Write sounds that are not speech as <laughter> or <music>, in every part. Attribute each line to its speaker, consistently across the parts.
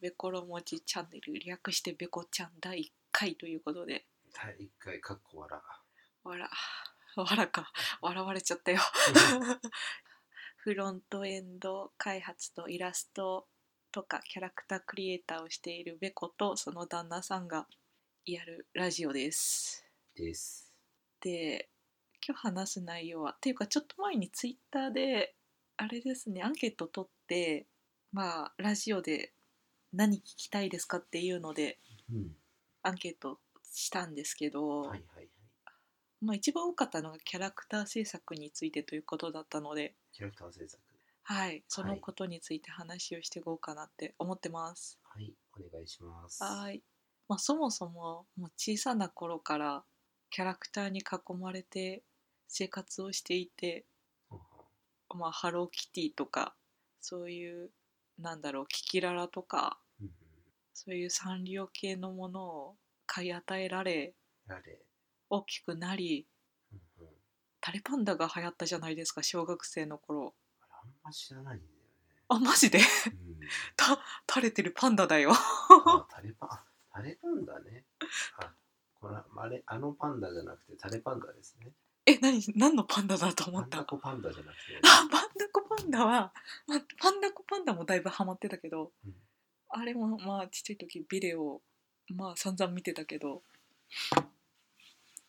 Speaker 1: べころもちチャンネル略してべこちゃん第1回ということで
Speaker 2: 第1回かっこわら
Speaker 1: わらわらか笑われちゃったよフロントエンド開発とイラストとかキャラクタークリエイターをしているべことその旦那さんがやるラジオです。
Speaker 2: です
Speaker 1: で今日話す内容はっていうかちょっと前にツイッターであれですねアンケート取ってまあラジオで何聞きたいですかっていうので
Speaker 2: うん
Speaker 1: アンケートしたんですけど、
Speaker 2: はいはいはい
Speaker 1: まあ、一番多かったのがキャラクター制作についてということだったので、
Speaker 2: キャラクター制作
Speaker 1: はい、そのことについて話をしていこうかなって思ってます。
Speaker 2: はいお願いします
Speaker 1: はい、まあ、そもそももう小さな頃からキャラクターに囲まれて生活をしていて、
Speaker 2: ほう
Speaker 1: まあ、ハローキティとかそういうなんだろうキキララとか
Speaker 2: うんうん
Speaker 1: そういうサンリオ系のものを買い与えられ
Speaker 2: やれ
Speaker 1: 大きくなり
Speaker 2: うんうん
Speaker 1: タレパンダが流行ったじゃないですか小学生の頃
Speaker 2: あれあんま知らないんだよ
Speaker 1: あマジで <laughs>
Speaker 2: ねうん
Speaker 1: 垂れてるパンダだよ
Speaker 2: あタレパンあタレパンダねあこれあれあのパンダじゃなくてタレパンダですね
Speaker 1: え何何のパンダだと思
Speaker 2: パ
Speaker 1: っ
Speaker 2: ン
Speaker 1: た
Speaker 2: ダコパンダじゃなくて
Speaker 1: あパンダコパンダは、まあ、パンダコパンダもだいぶハマってたけど、
Speaker 2: うん
Speaker 1: あれもまあちっちゃい時ビデオまあ散々見てたけど <laughs>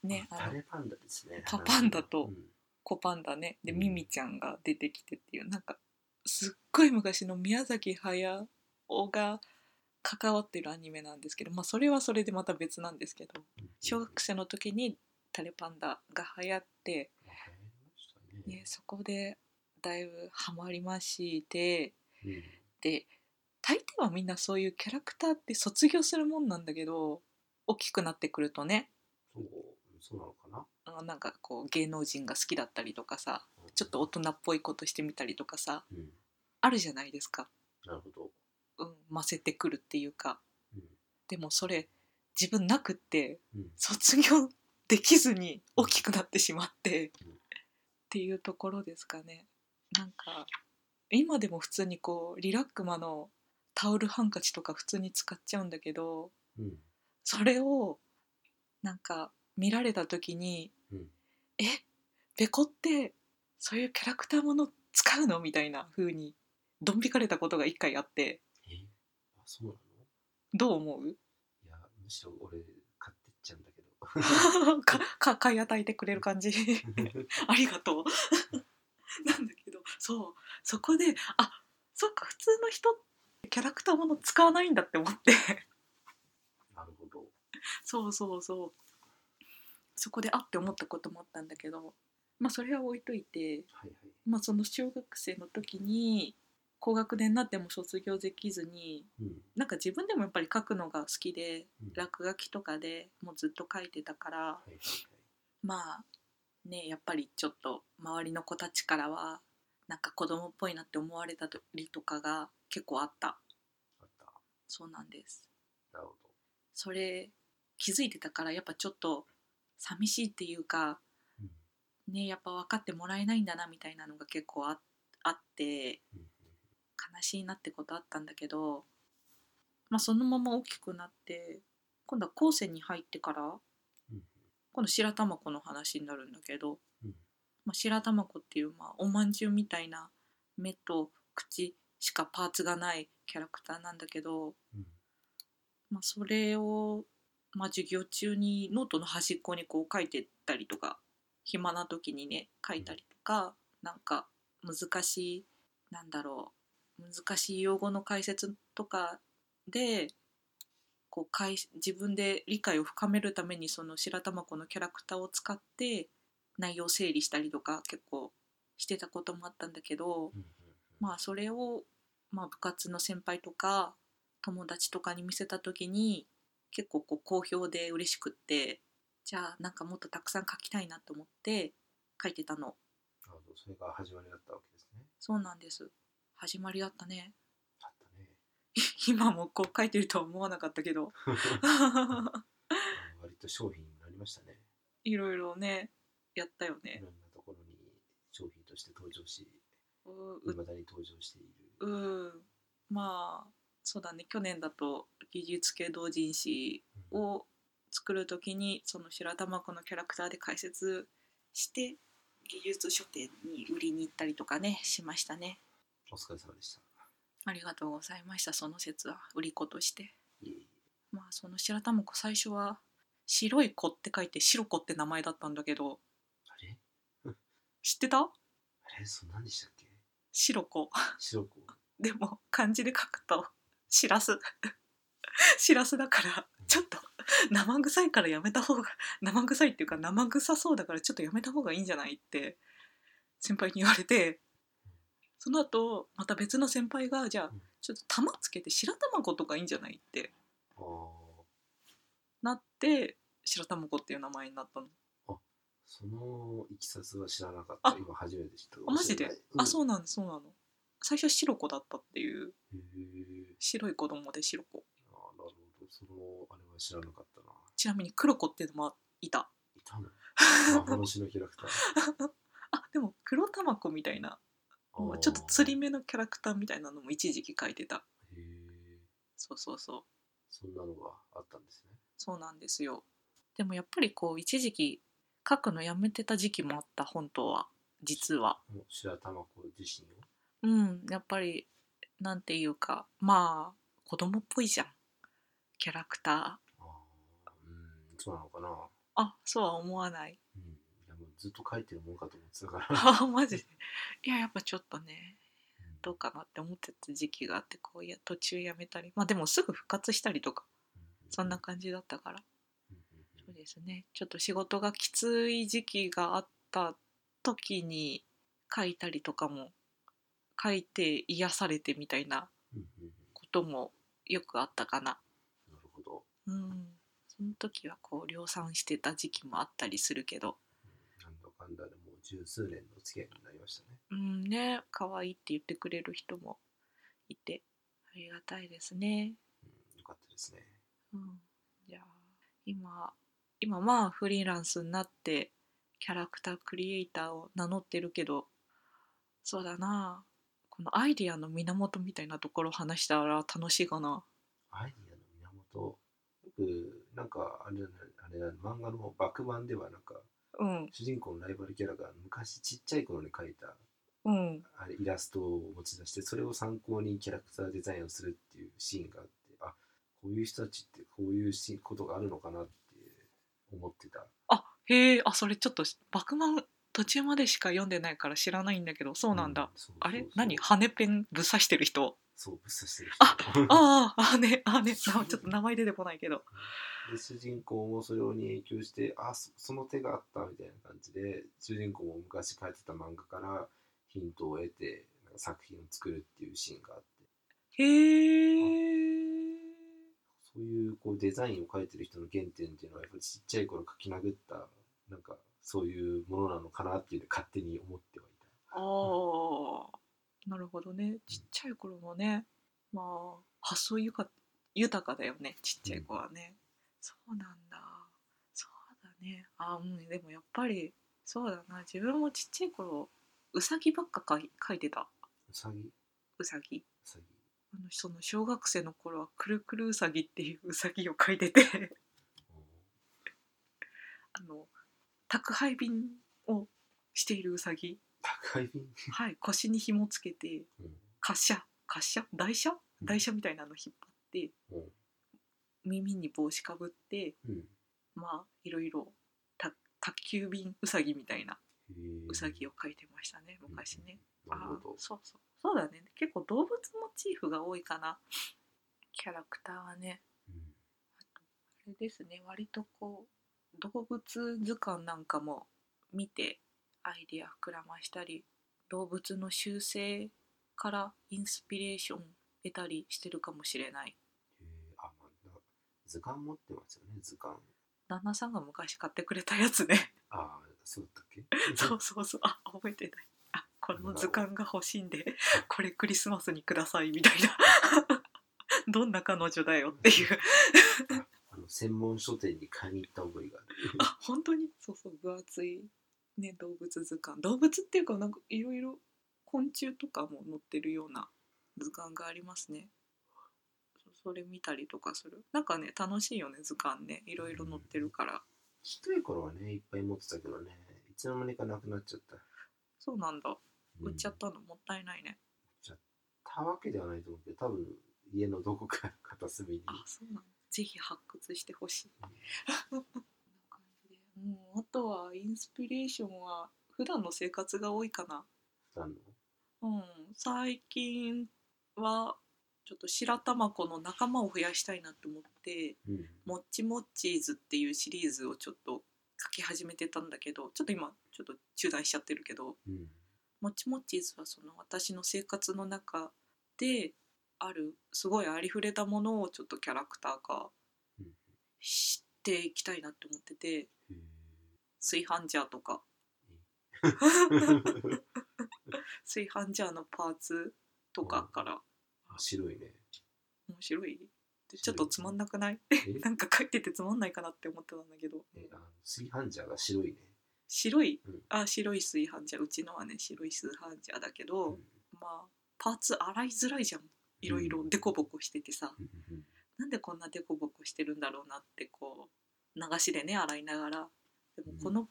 Speaker 1: ね
Speaker 2: あ
Speaker 1: あ
Speaker 2: タ
Speaker 1: の
Speaker 2: レパンダですね
Speaker 1: パパンダと
Speaker 2: うん
Speaker 1: コパンダねで
Speaker 2: うん
Speaker 1: ミミちゃんが出てきてっていうなんかすっごい昔の宮崎駿が関わってるアニメなんですけどまあそれはそれでまた別なんですけど小学生の時にタレパンダが流行って、
Speaker 2: わかりましたね
Speaker 1: ね、そこでだいぶハマりまして
Speaker 2: うん
Speaker 1: で大抵はみんなそういうキャラクターって卒業するもんなんだけど大きくなってくるとね
Speaker 2: そうそうなのかな
Speaker 1: あなんかこう芸能人が好きだったりとかさちょっと大人っぽいことしてみたりとかさ
Speaker 2: うん
Speaker 1: あるじゃないですか、
Speaker 2: なるほ
Speaker 1: う
Speaker 2: ど
Speaker 1: ん、ませてくるっていうか
Speaker 2: うん
Speaker 1: でもそれ自分なくって
Speaker 2: うん
Speaker 1: 卒業できずに大きくなってしまってっ
Speaker 2: うん
Speaker 1: ていうところですかねなんか今でも普通にこうリラックマのタオルハンカチとか普通に使っちゃうんだけど
Speaker 2: うん
Speaker 1: それをなんか見られた時に「
Speaker 2: うん
Speaker 1: えベコってそういうキャラクターもの使うの?」みたいな風にドン引かれたことが一回あって
Speaker 2: えあそうなの
Speaker 1: どう思う
Speaker 2: いやむしろ俺買ってっちゃうんだけ
Speaker 1: <laughs>
Speaker 2: ど <laughs>
Speaker 1: かか買い与えてくれる感じ <laughs> ありがとう。 <laughs> なんだけどそうそこであそっか普通の人ってキャラクターもの使わないんだって思って <laughs>
Speaker 2: なるほど
Speaker 1: そうそうそうそこであって思ったこともあったんだけどまあそれは置いといて、
Speaker 2: はいはい
Speaker 1: まあ、その小学生の時に高学年になっても卒業できずに
Speaker 2: うん
Speaker 1: なんか自分でもやっぱり書くのが好きで
Speaker 2: うん
Speaker 1: 落書きとかでもうずっと書いてたから
Speaker 2: はいはい
Speaker 1: まあねやっぱりちょっと周りの子たちからはなんか子供っぽいなって思われたりとかが結構あった
Speaker 2: はいあった
Speaker 1: そうなんです
Speaker 2: なるほど
Speaker 1: それ気づいてたからやっぱちょっと寂しいっていうか
Speaker 2: うん
Speaker 1: ねやっぱ分かってもらえないんだなみたいなのが結構ああって
Speaker 2: うん
Speaker 1: 悲しいなってことあったんだけどまあそのまま大きくなって今度は高専に入ってから
Speaker 2: うん
Speaker 1: 今度白玉子の話になるんだけど、
Speaker 2: うん
Speaker 1: まあ、白玉子っていう、まあ、おまんじゅうみたいな目と口しかパーツがないキャラクターなんだけど、
Speaker 2: うん
Speaker 1: まあ、それを、まあ、授業中にノートの端っこにこう書いてったりとか暇な時にね書いたりとか、なんか難しいなんだろう難しい用語の解説とかでこう解し自分で理解を深めるためにその白玉子のキャラクターを使って内容を整理したりとか結構してたこともあったんだけど、
Speaker 2: うん
Speaker 1: まあ、それを、まあ、部活の先輩とか友達とかに見せた時に結構こう好評で嬉しくってじゃあなんかもっとたくさん書きたいなと思って書いてたの
Speaker 2: なるほどそれが始まりだったわけですね
Speaker 1: そうなんです始まりだったね <laughs>
Speaker 2: あったね
Speaker 1: 今もこう書いてるとは思わなかったけど
Speaker 2: あの割と商品になりましたね
Speaker 1: いろいろねやったよ
Speaker 2: い
Speaker 1: ね
Speaker 2: ろんなところに商品として登場し
Speaker 1: うう
Speaker 2: 未だに登場している
Speaker 1: うんまあそうだね去年だと技術系同人誌を作る時にその白玉子のキャラクターで解説して技術書店に売りに行ったりとかねしましたね
Speaker 2: お疲れ様でした。
Speaker 1: ありがとうございましたその説は売り子として
Speaker 2: いえいえ
Speaker 1: まあその白玉子最初は白い子って書いて白子って名前だったんだけど
Speaker 2: あれ
Speaker 1: 知ってた
Speaker 2: あれそう何でしたっけ
Speaker 1: 白子
Speaker 2: 白子。
Speaker 1: <laughs> でも漢字で書くと「しらす」 <laughs> 「しらす」だからちょっと生臭いからやめた方が生臭いっていうか生臭そうだからちょっとやめた方がいいんじゃないって先輩に言われてその後また別の先輩がじゃあ
Speaker 2: うん
Speaker 1: ちょっと玉つけて白玉子とかいいんじゃないって
Speaker 2: ああ。
Speaker 1: なって白玉子っていう名前になったの。
Speaker 2: そのいきさつは知らなかった
Speaker 1: あ。
Speaker 2: 今初めて知った。。
Speaker 1: あマジであそううなのそうなの。最初は白子だったっていう
Speaker 2: へえ。
Speaker 1: 白い子供で白子
Speaker 2: あーなるほど。そのあれは知らなかったな。
Speaker 1: ちなみに黒子っていうのもいた
Speaker 2: いたの。
Speaker 1: <laughs>
Speaker 2: 幻のキャラクター。
Speaker 1: あでも黒玉子みたいな
Speaker 2: あー
Speaker 1: ちょっと釣り。目のキャラクターみたいなのも一時期書いてた
Speaker 2: へえ。
Speaker 1: そうそうそう
Speaker 2: そんなのがあったんですね。
Speaker 1: そうなんですよでもやっぱりこう一時期書くのやめてた時期もあった本当は実は
Speaker 2: もう白玉子自身を。
Speaker 1: うんやっぱりなんていうかまあ子供っぽいじゃんキャラクタ
Speaker 2: ああ。うん。そうなのかな。
Speaker 1: ーあそうは思わない <laughs>
Speaker 2: うん。いやもうずっと書いてるもんかと思ってたから。
Speaker 1: あマジでいややっぱちょっとねどうかなって思ってた時期があってこういや途中やめたりまあでもすぐ復活したりとかそんな感じだったから
Speaker 2: うんうん。
Speaker 1: そううんですねちょっと仕事がきつい時期があった時に書いたりとかも書いて癒されてみたいな
Speaker 2: うんうんうん
Speaker 1: こともよくあったかな
Speaker 2: なるほど。
Speaker 1: うんその時はこう量産してた時期もあったりするけど
Speaker 2: なんだかんだでもう十数年の付き合いになりましたね。
Speaker 1: うんね可愛いって言ってくれる人もいてありがたいですね
Speaker 2: うん、よかったですね。
Speaker 1: うんじゃあ今今まあフリーランスになってキャラクタークリエイターを名乗ってるけどそうだなこのアイディアの源みたいなところを話したら楽しいかな
Speaker 2: アイディアの源、よくなんかあれだねあれだね漫画のバクマンではなんか
Speaker 1: うん
Speaker 2: 主人公のライバルキャラが昔ちっちゃい頃に描いた
Speaker 1: うん
Speaker 2: あれイラストを持ち出してそれを参考にキャラクターデザインをするっていうシーンがあってあこういう人たちってこういうシーンことがあるのかなって思ってた
Speaker 1: あへえあそれちょっと「バクマン」途中までしか読んでないから知らないんだけどそうなんだ、
Speaker 2: そう
Speaker 1: あ
Speaker 2: そ
Speaker 1: れ
Speaker 2: うそう
Speaker 1: 何羽ペンぶっ刺してる人
Speaker 2: そうブスしてる
Speaker 1: あ
Speaker 2: 人
Speaker 1: あああねあねな <laughs> ちょっと名前出てこないけど
Speaker 2: で主人公もそれに影響してあそその手があったみたいな感じで主人公も昔書いてた漫画からヒントを得てなんか作品を作るっていうシーンがあっ
Speaker 1: へ
Speaker 2: て
Speaker 1: え
Speaker 2: そういうこうデザインを書いてる人の原点っていうのはやっぱりちっちゃい頃書き殴ったなんかそういうものなのかなっていうのを勝手に思ってはいた。
Speaker 1: ああ、なるほどね。ちっちゃい頃もね、まあ発想ゆか豊かだよね。ちっちゃい子はね。そうなんだ。そうだね。あーうんでもやっぱりそうだな。自分もちっちゃい頃うさぎばっかかい描いてた。
Speaker 2: うさぎう
Speaker 1: うさぎ。
Speaker 2: さぎ
Speaker 1: あのその小学生の頃はくるくるうさぎっていううさぎを描いてて、 <laughs> あの宅配便をしているうさぎ。
Speaker 2: 宅配便、
Speaker 1: はい、腰に紐つけて。
Speaker 2: うん
Speaker 1: 滑車滑車台車
Speaker 2: ん
Speaker 1: 台車みたいなの引っ張って
Speaker 2: うん
Speaker 1: 耳に帽子かぶって
Speaker 2: うん
Speaker 1: まあいろいろた宅急便うさぎみたいな
Speaker 2: へー
Speaker 1: うさぎを描いてましたね昔ね。
Speaker 2: なる
Speaker 1: あ
Speaker 2: ほ
Speaker 1: ー
Speaker 2: ど。
Speaker 1: そうそうそうだね結構動物モチーフが多いかなキャラクターはね
Speaker 2: うん
Speaker 1: あれですね割とこう動物図鑑なんかも見てアイデア膨らましたり動物の習性からインスピレーション得たりしてるかもしれない
Speaker 2: へえあ、まあ、な図鑑持ってますよね、図鑑。
Speaker 1: 旦那さんが昔買ってくれたやつね
Speaker 2: ああ、そうだったっけ
Speaker 1: そうそうそうあ覚えてないあこの図鑑が欲しいんでこれクリスマスにくださいみたいな <laughs> どんな彼女だよっていう
Speaker 2: あの専門書店に買いに行った覚えがある。
Speaker 1: あ本当にそうそう分厚い、ね、動物図鑑動物っていうかなんかいろいろ昆虫とかも載ってるような図鑑がありますねそれ見たりとかするなんかね楽しいよね図鑑ねいろいろ載ってるから、
Speaker 2: ちっちゃい頃はねいっぱい持ってたけどねいつの間にかなくなっちゃった、
Speaker 1: そうなんだ
Speaker 2: う
Speaker 1: 売
Speaker 2: ん
Speaker 1: っちゃったのもったいないね、
Speaker 2: たわけではないと思うけど多分家のどこかの片隅に
Speaker 1: あそうなんだぜひ発掘してほしいこんな感じでうんあとはインスピレーションは普段の生活が多いかな
Speaker 2: あの
Speaker 1: うん最近はちょっと白玉子の仲間を増やしたいなと思って
Speaker 2: うん
Speaker 1: 「もっちもっちーず」っていうシリーズをちょっと書き始めてたんだけどちょっと今ちょっと中断しちゃってるけど
Speaker 2: うん
Speaker 1: もっちもっちーずはその私の生活の中であるすごいありふれたものをちょっとキャラクター化
Speaker 2: うん
Speaker 1: していきたいなって思ってて
Speaker 2: へ
Speaker 1: 炊飯ジャーとか
Speaker 2: ー
Speaker 1: 炊飯ジャーのパーツとかから
Speaker 2: あ白いね
Speaker 1: 面白いでちょっとつまんなくない
Speaker 2: え
Speaker 1: <laughs> なんか書いててつまんないかなって思ってたんだけど
Speaker 2: えあの炊飯ジャーが白いね
Speaker 1: 白い、
Speaker 2: うん
Speaker 1: あ白い炊飯ジャーうちのはね白い炊飯ジャーだけど、
Speaker 2: うん
Speaker 1: まあパーツ洗いづらいじゃんいろいろ
Speaker 2: うん
Speaker 1: デコボコしててさ、
Speaker 2: うんうんうん
Speaker 1: なんでこんなデコボコしてるんだろうなってこう流しでね洗いながらでも
Speaker 2: うん
Speaker 1: この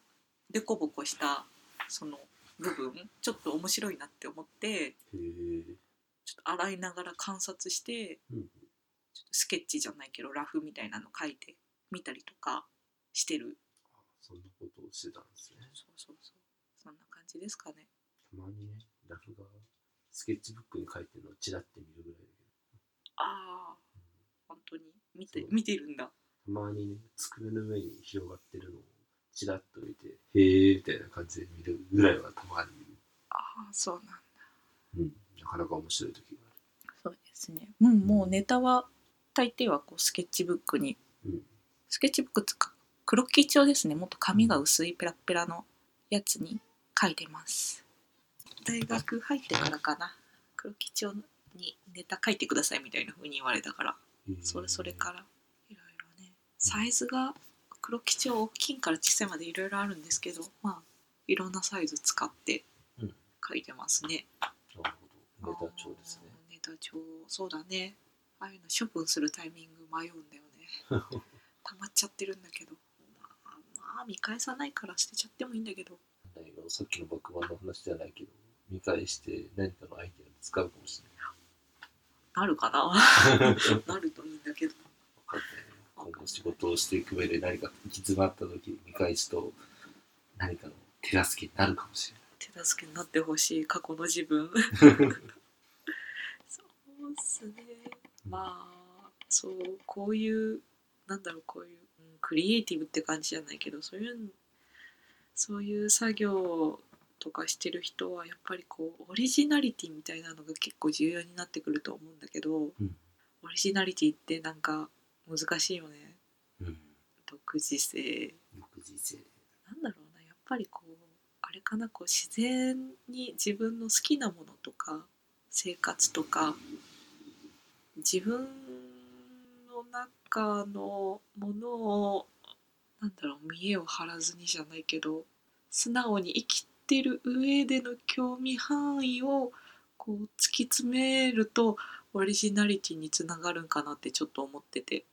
Speaker 1: デコボコしたその部分ちょっと面白いなって思って
Speaker 2: へえ
Speaker 1: ちょっと洗いながら観察して、
Speaker 2: うん
Speaker 1: ちょっとスケッチじゃないけどラフみたいなの書いてみたりとかしてる
Speaker 2: そんなことをしてたんですね
Speaker 1: そうそうそうそんな感じですかね
Speaker 2: たまにねラフがスケッチブックに書いてるのをチラッて見るぐらいだけど
Speaker 1: ああ本当に見て
Speaker 2: そう
Speaker 1: 見てるんだ
Speaker 2: たまにね机の上に広がってるのをチラッと見てへえみたいな感じで見るぐらいはたまに見る
Speaker 1: ああそうなんだ
Speaker 2: うん、なかなか面白い時があ
Speaker 1: そうですねうんもうネタは大抵はこうスケッチブックに、
Speaker 2: うん
Speaker 1: スケッチブックつか黒基調ですねもっと紙が薄いペラペラのやつに書いてます大学入ってからかな黒基調にネタ書いてくださいみたいな風に言われたから
Speaker 2: る。
Speaker 1: それそれからいろいろねサイズが黒基調大きいから小さいまでいろいろあるんですけどまあいろんなサイズ使って
Speaker 2: うん
Speaker 1: 書いてますね、
Speaker 2: なるほど。ネタ帳ですね。
Speaker 1: あーネタ帳そうだねああいうの処分するタイミング迷うんだよね
Speaker 2: <laughs>
Speaker 1: 溜まっちゃってるんだけどまあまあ見返さないから捨てちゃってもいいんだけど
Speaker 2: だけどさっきの爆版の話じゃないけど、見返して何かのアイデアに使うかもし
Speaker 1: なるか
Speaker 2: <laughs>
Speaker 1: な
Speaker 2: れない。わかんない。
Speaker 1: なるといいんだけど
Speaker 2: 今後仕事をしていく上で何か行き詰まった時に見返すと何かの手助けになるかもし
Speaker 1: 手助けになってほしい過去の自分
Speaker 2: れない。
Speaker 1: そうっすねまあそうこういうなんだろうこういう、うんクリエイティブって感じじゃないけどそういうそういう作業とかしてる人はやっぱりこうオリジナリティみたいなのが結構重要になってくると思うんだけど、
Speaker 2: うん
Speaker 1: オリジナリティってなんか難しいよね
Speaker 2: うん。
Speaker 1: 独自性
Speaker 2: 翌人生で。
Speaker 1: なんだろうなやっぱりこうあれかなこう自然に自分の好きなものとか生活とか自分の中のものをなんだろう見栄を張らずにじゃないけど素直に生きてる上での興味範囲をこう突き詰めるとオリジナリティにつながるんかなってちょっと思ってて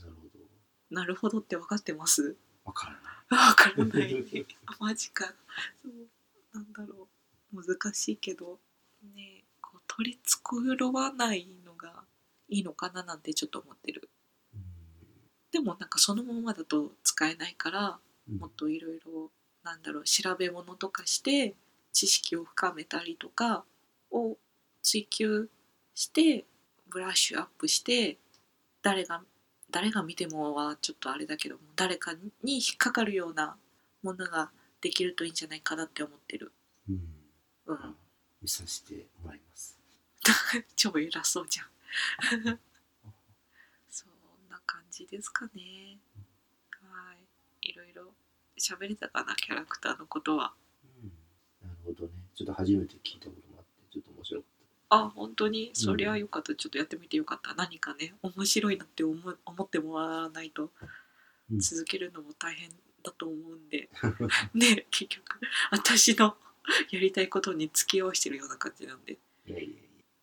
Speaker 2: なるほど。
Speaker 1: なるほどって分かってます <laughs>
Speaker 2: わからない。
Speaker 1: わからない。あマジか。そうなんだろう難しいけどねこう取り繕わないのがいいのかななんてちょっと思ってる。でもなんかそのままだと使えないから
Speaker 2: うん
Speaker 1: もっといろいろなんだろう調べ物とかして知識を深めたりとかを追求してブラッシュアップして誰が誰が見てもはちょっとあれだけども誰かに引っかかるようなものができるといいんじゃないかなって思ってる。
Speaker 2: うん。
Speaker 1: うん、
Speaker 2: 見させてもらいます。
Speaker 1: 超偉そうじゃん。そんな感じですかね。はい、いろいろ喋れたかなキャラクターのことは。
Speaker 2: うんなるほどね。ちょっと初めて聞いたこともあって、ちょっと面白かっ
Speaker 1: あ、本当にそりゃよかった。ちょっとやってみてよかった。何かね、面白いなって思う思ってもらわないと
Speaker 2: うん
Speaker 1: 続けるのも大変だと思うんで、 <laughs> ね結局私の <laughs> やりたいことに付き合わしてるような感じなんで。
Speaker 2: た。いやいやい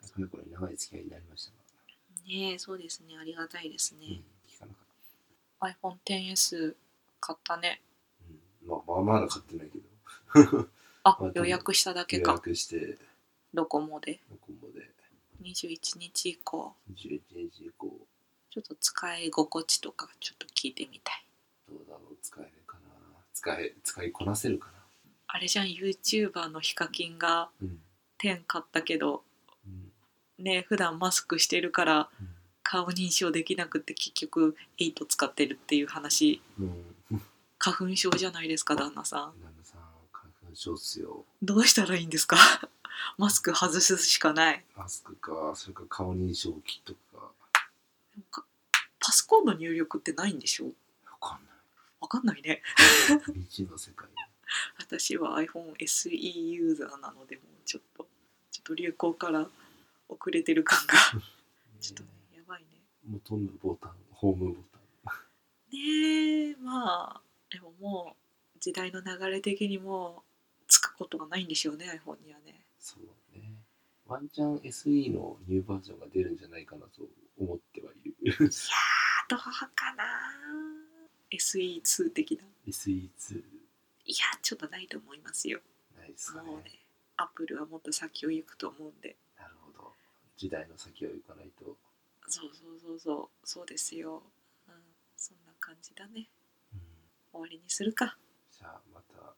Speaker 2: や、かれこれ長い付き合いになりましたが。
Speaker 1: ねえそうですねありがたいです
Speaker 2: うん
Speaker 1: ね、
Speaker 2: 聞かなかっ
Speaker 1: iPhone XS 買ったね
Speaker 2: た、うん、まあまあまだ買ってないけど
Speaker 1: あ
Speaker 2: まあ
Speaker 1: 予約しただけ
Speaker 2: 予
Speaker 1: か
Speaker 2: 約して
Speaker 1: ドコモで
Speaker 2: ドコモで
Speaker 1: 21日以降
Speaker 2: 11日以降
Speaker 1: ちょっと使い心地とかちょっと聞いてみたい
Speaker 2: どうだろう使えるかな使え使いこなせるかな
Speaker 1: あれじゃん YouTuber のヒカキンが
Speaker 2: うん、
Speaker 1: 10買ったけど
Speaker 2: うん
Speaker 1: ね普段マスクしてるから
Speaker 2: うん
Speaker 1: 顔認証できなくて結局8使ってるっていう話
Speaker 2: うん
Speaker 1: 花粉症じゃないですか旦那さん
Speaker 2: 旦那さん花粉症っすよ
Speaker 1: どうしたらいいんですか <laughs> マスク外すしかない
Speaker 2: マスクかそれか顔認証キットか
Speaker 1: なんかパスコード入力ってないんでしょ
Speaker 2: わかんない
Speaker 1: わかんないね
Speaker 2: 未知の世界
Speaker 1: 私は iPhoneSE ユーザーなのでもうちょっとちょっと流行から遅れてる感がちょっとねやばいね
Speaker 2: もうトムボタンホームボタン
Speaker 1: ねえまあでももう時代の流れ的にもうつくことがないんでしょうね iPhone にはね
Speaker 2: そうねワンチャン SE のニューバージョンが出るんじゃないかなと思ってはいる <laughs>
Speaker 1: あどうかな SE2 的な
Speaker 2: SE2
Speaker 1: いやちょっとないと思いますよ
Speaker 2: ないですかね
Speaker 1: もうねアップルはもっと先を行くと思うんで
Speaker 2: なるほど時代の先を行かないと、
Speaker 1: そうそうそうそうそうですよ、うん、そんな感じだね
Speaker 2: うん
Speaker 1: 終わりにするか
Speaker 2: じゃあまた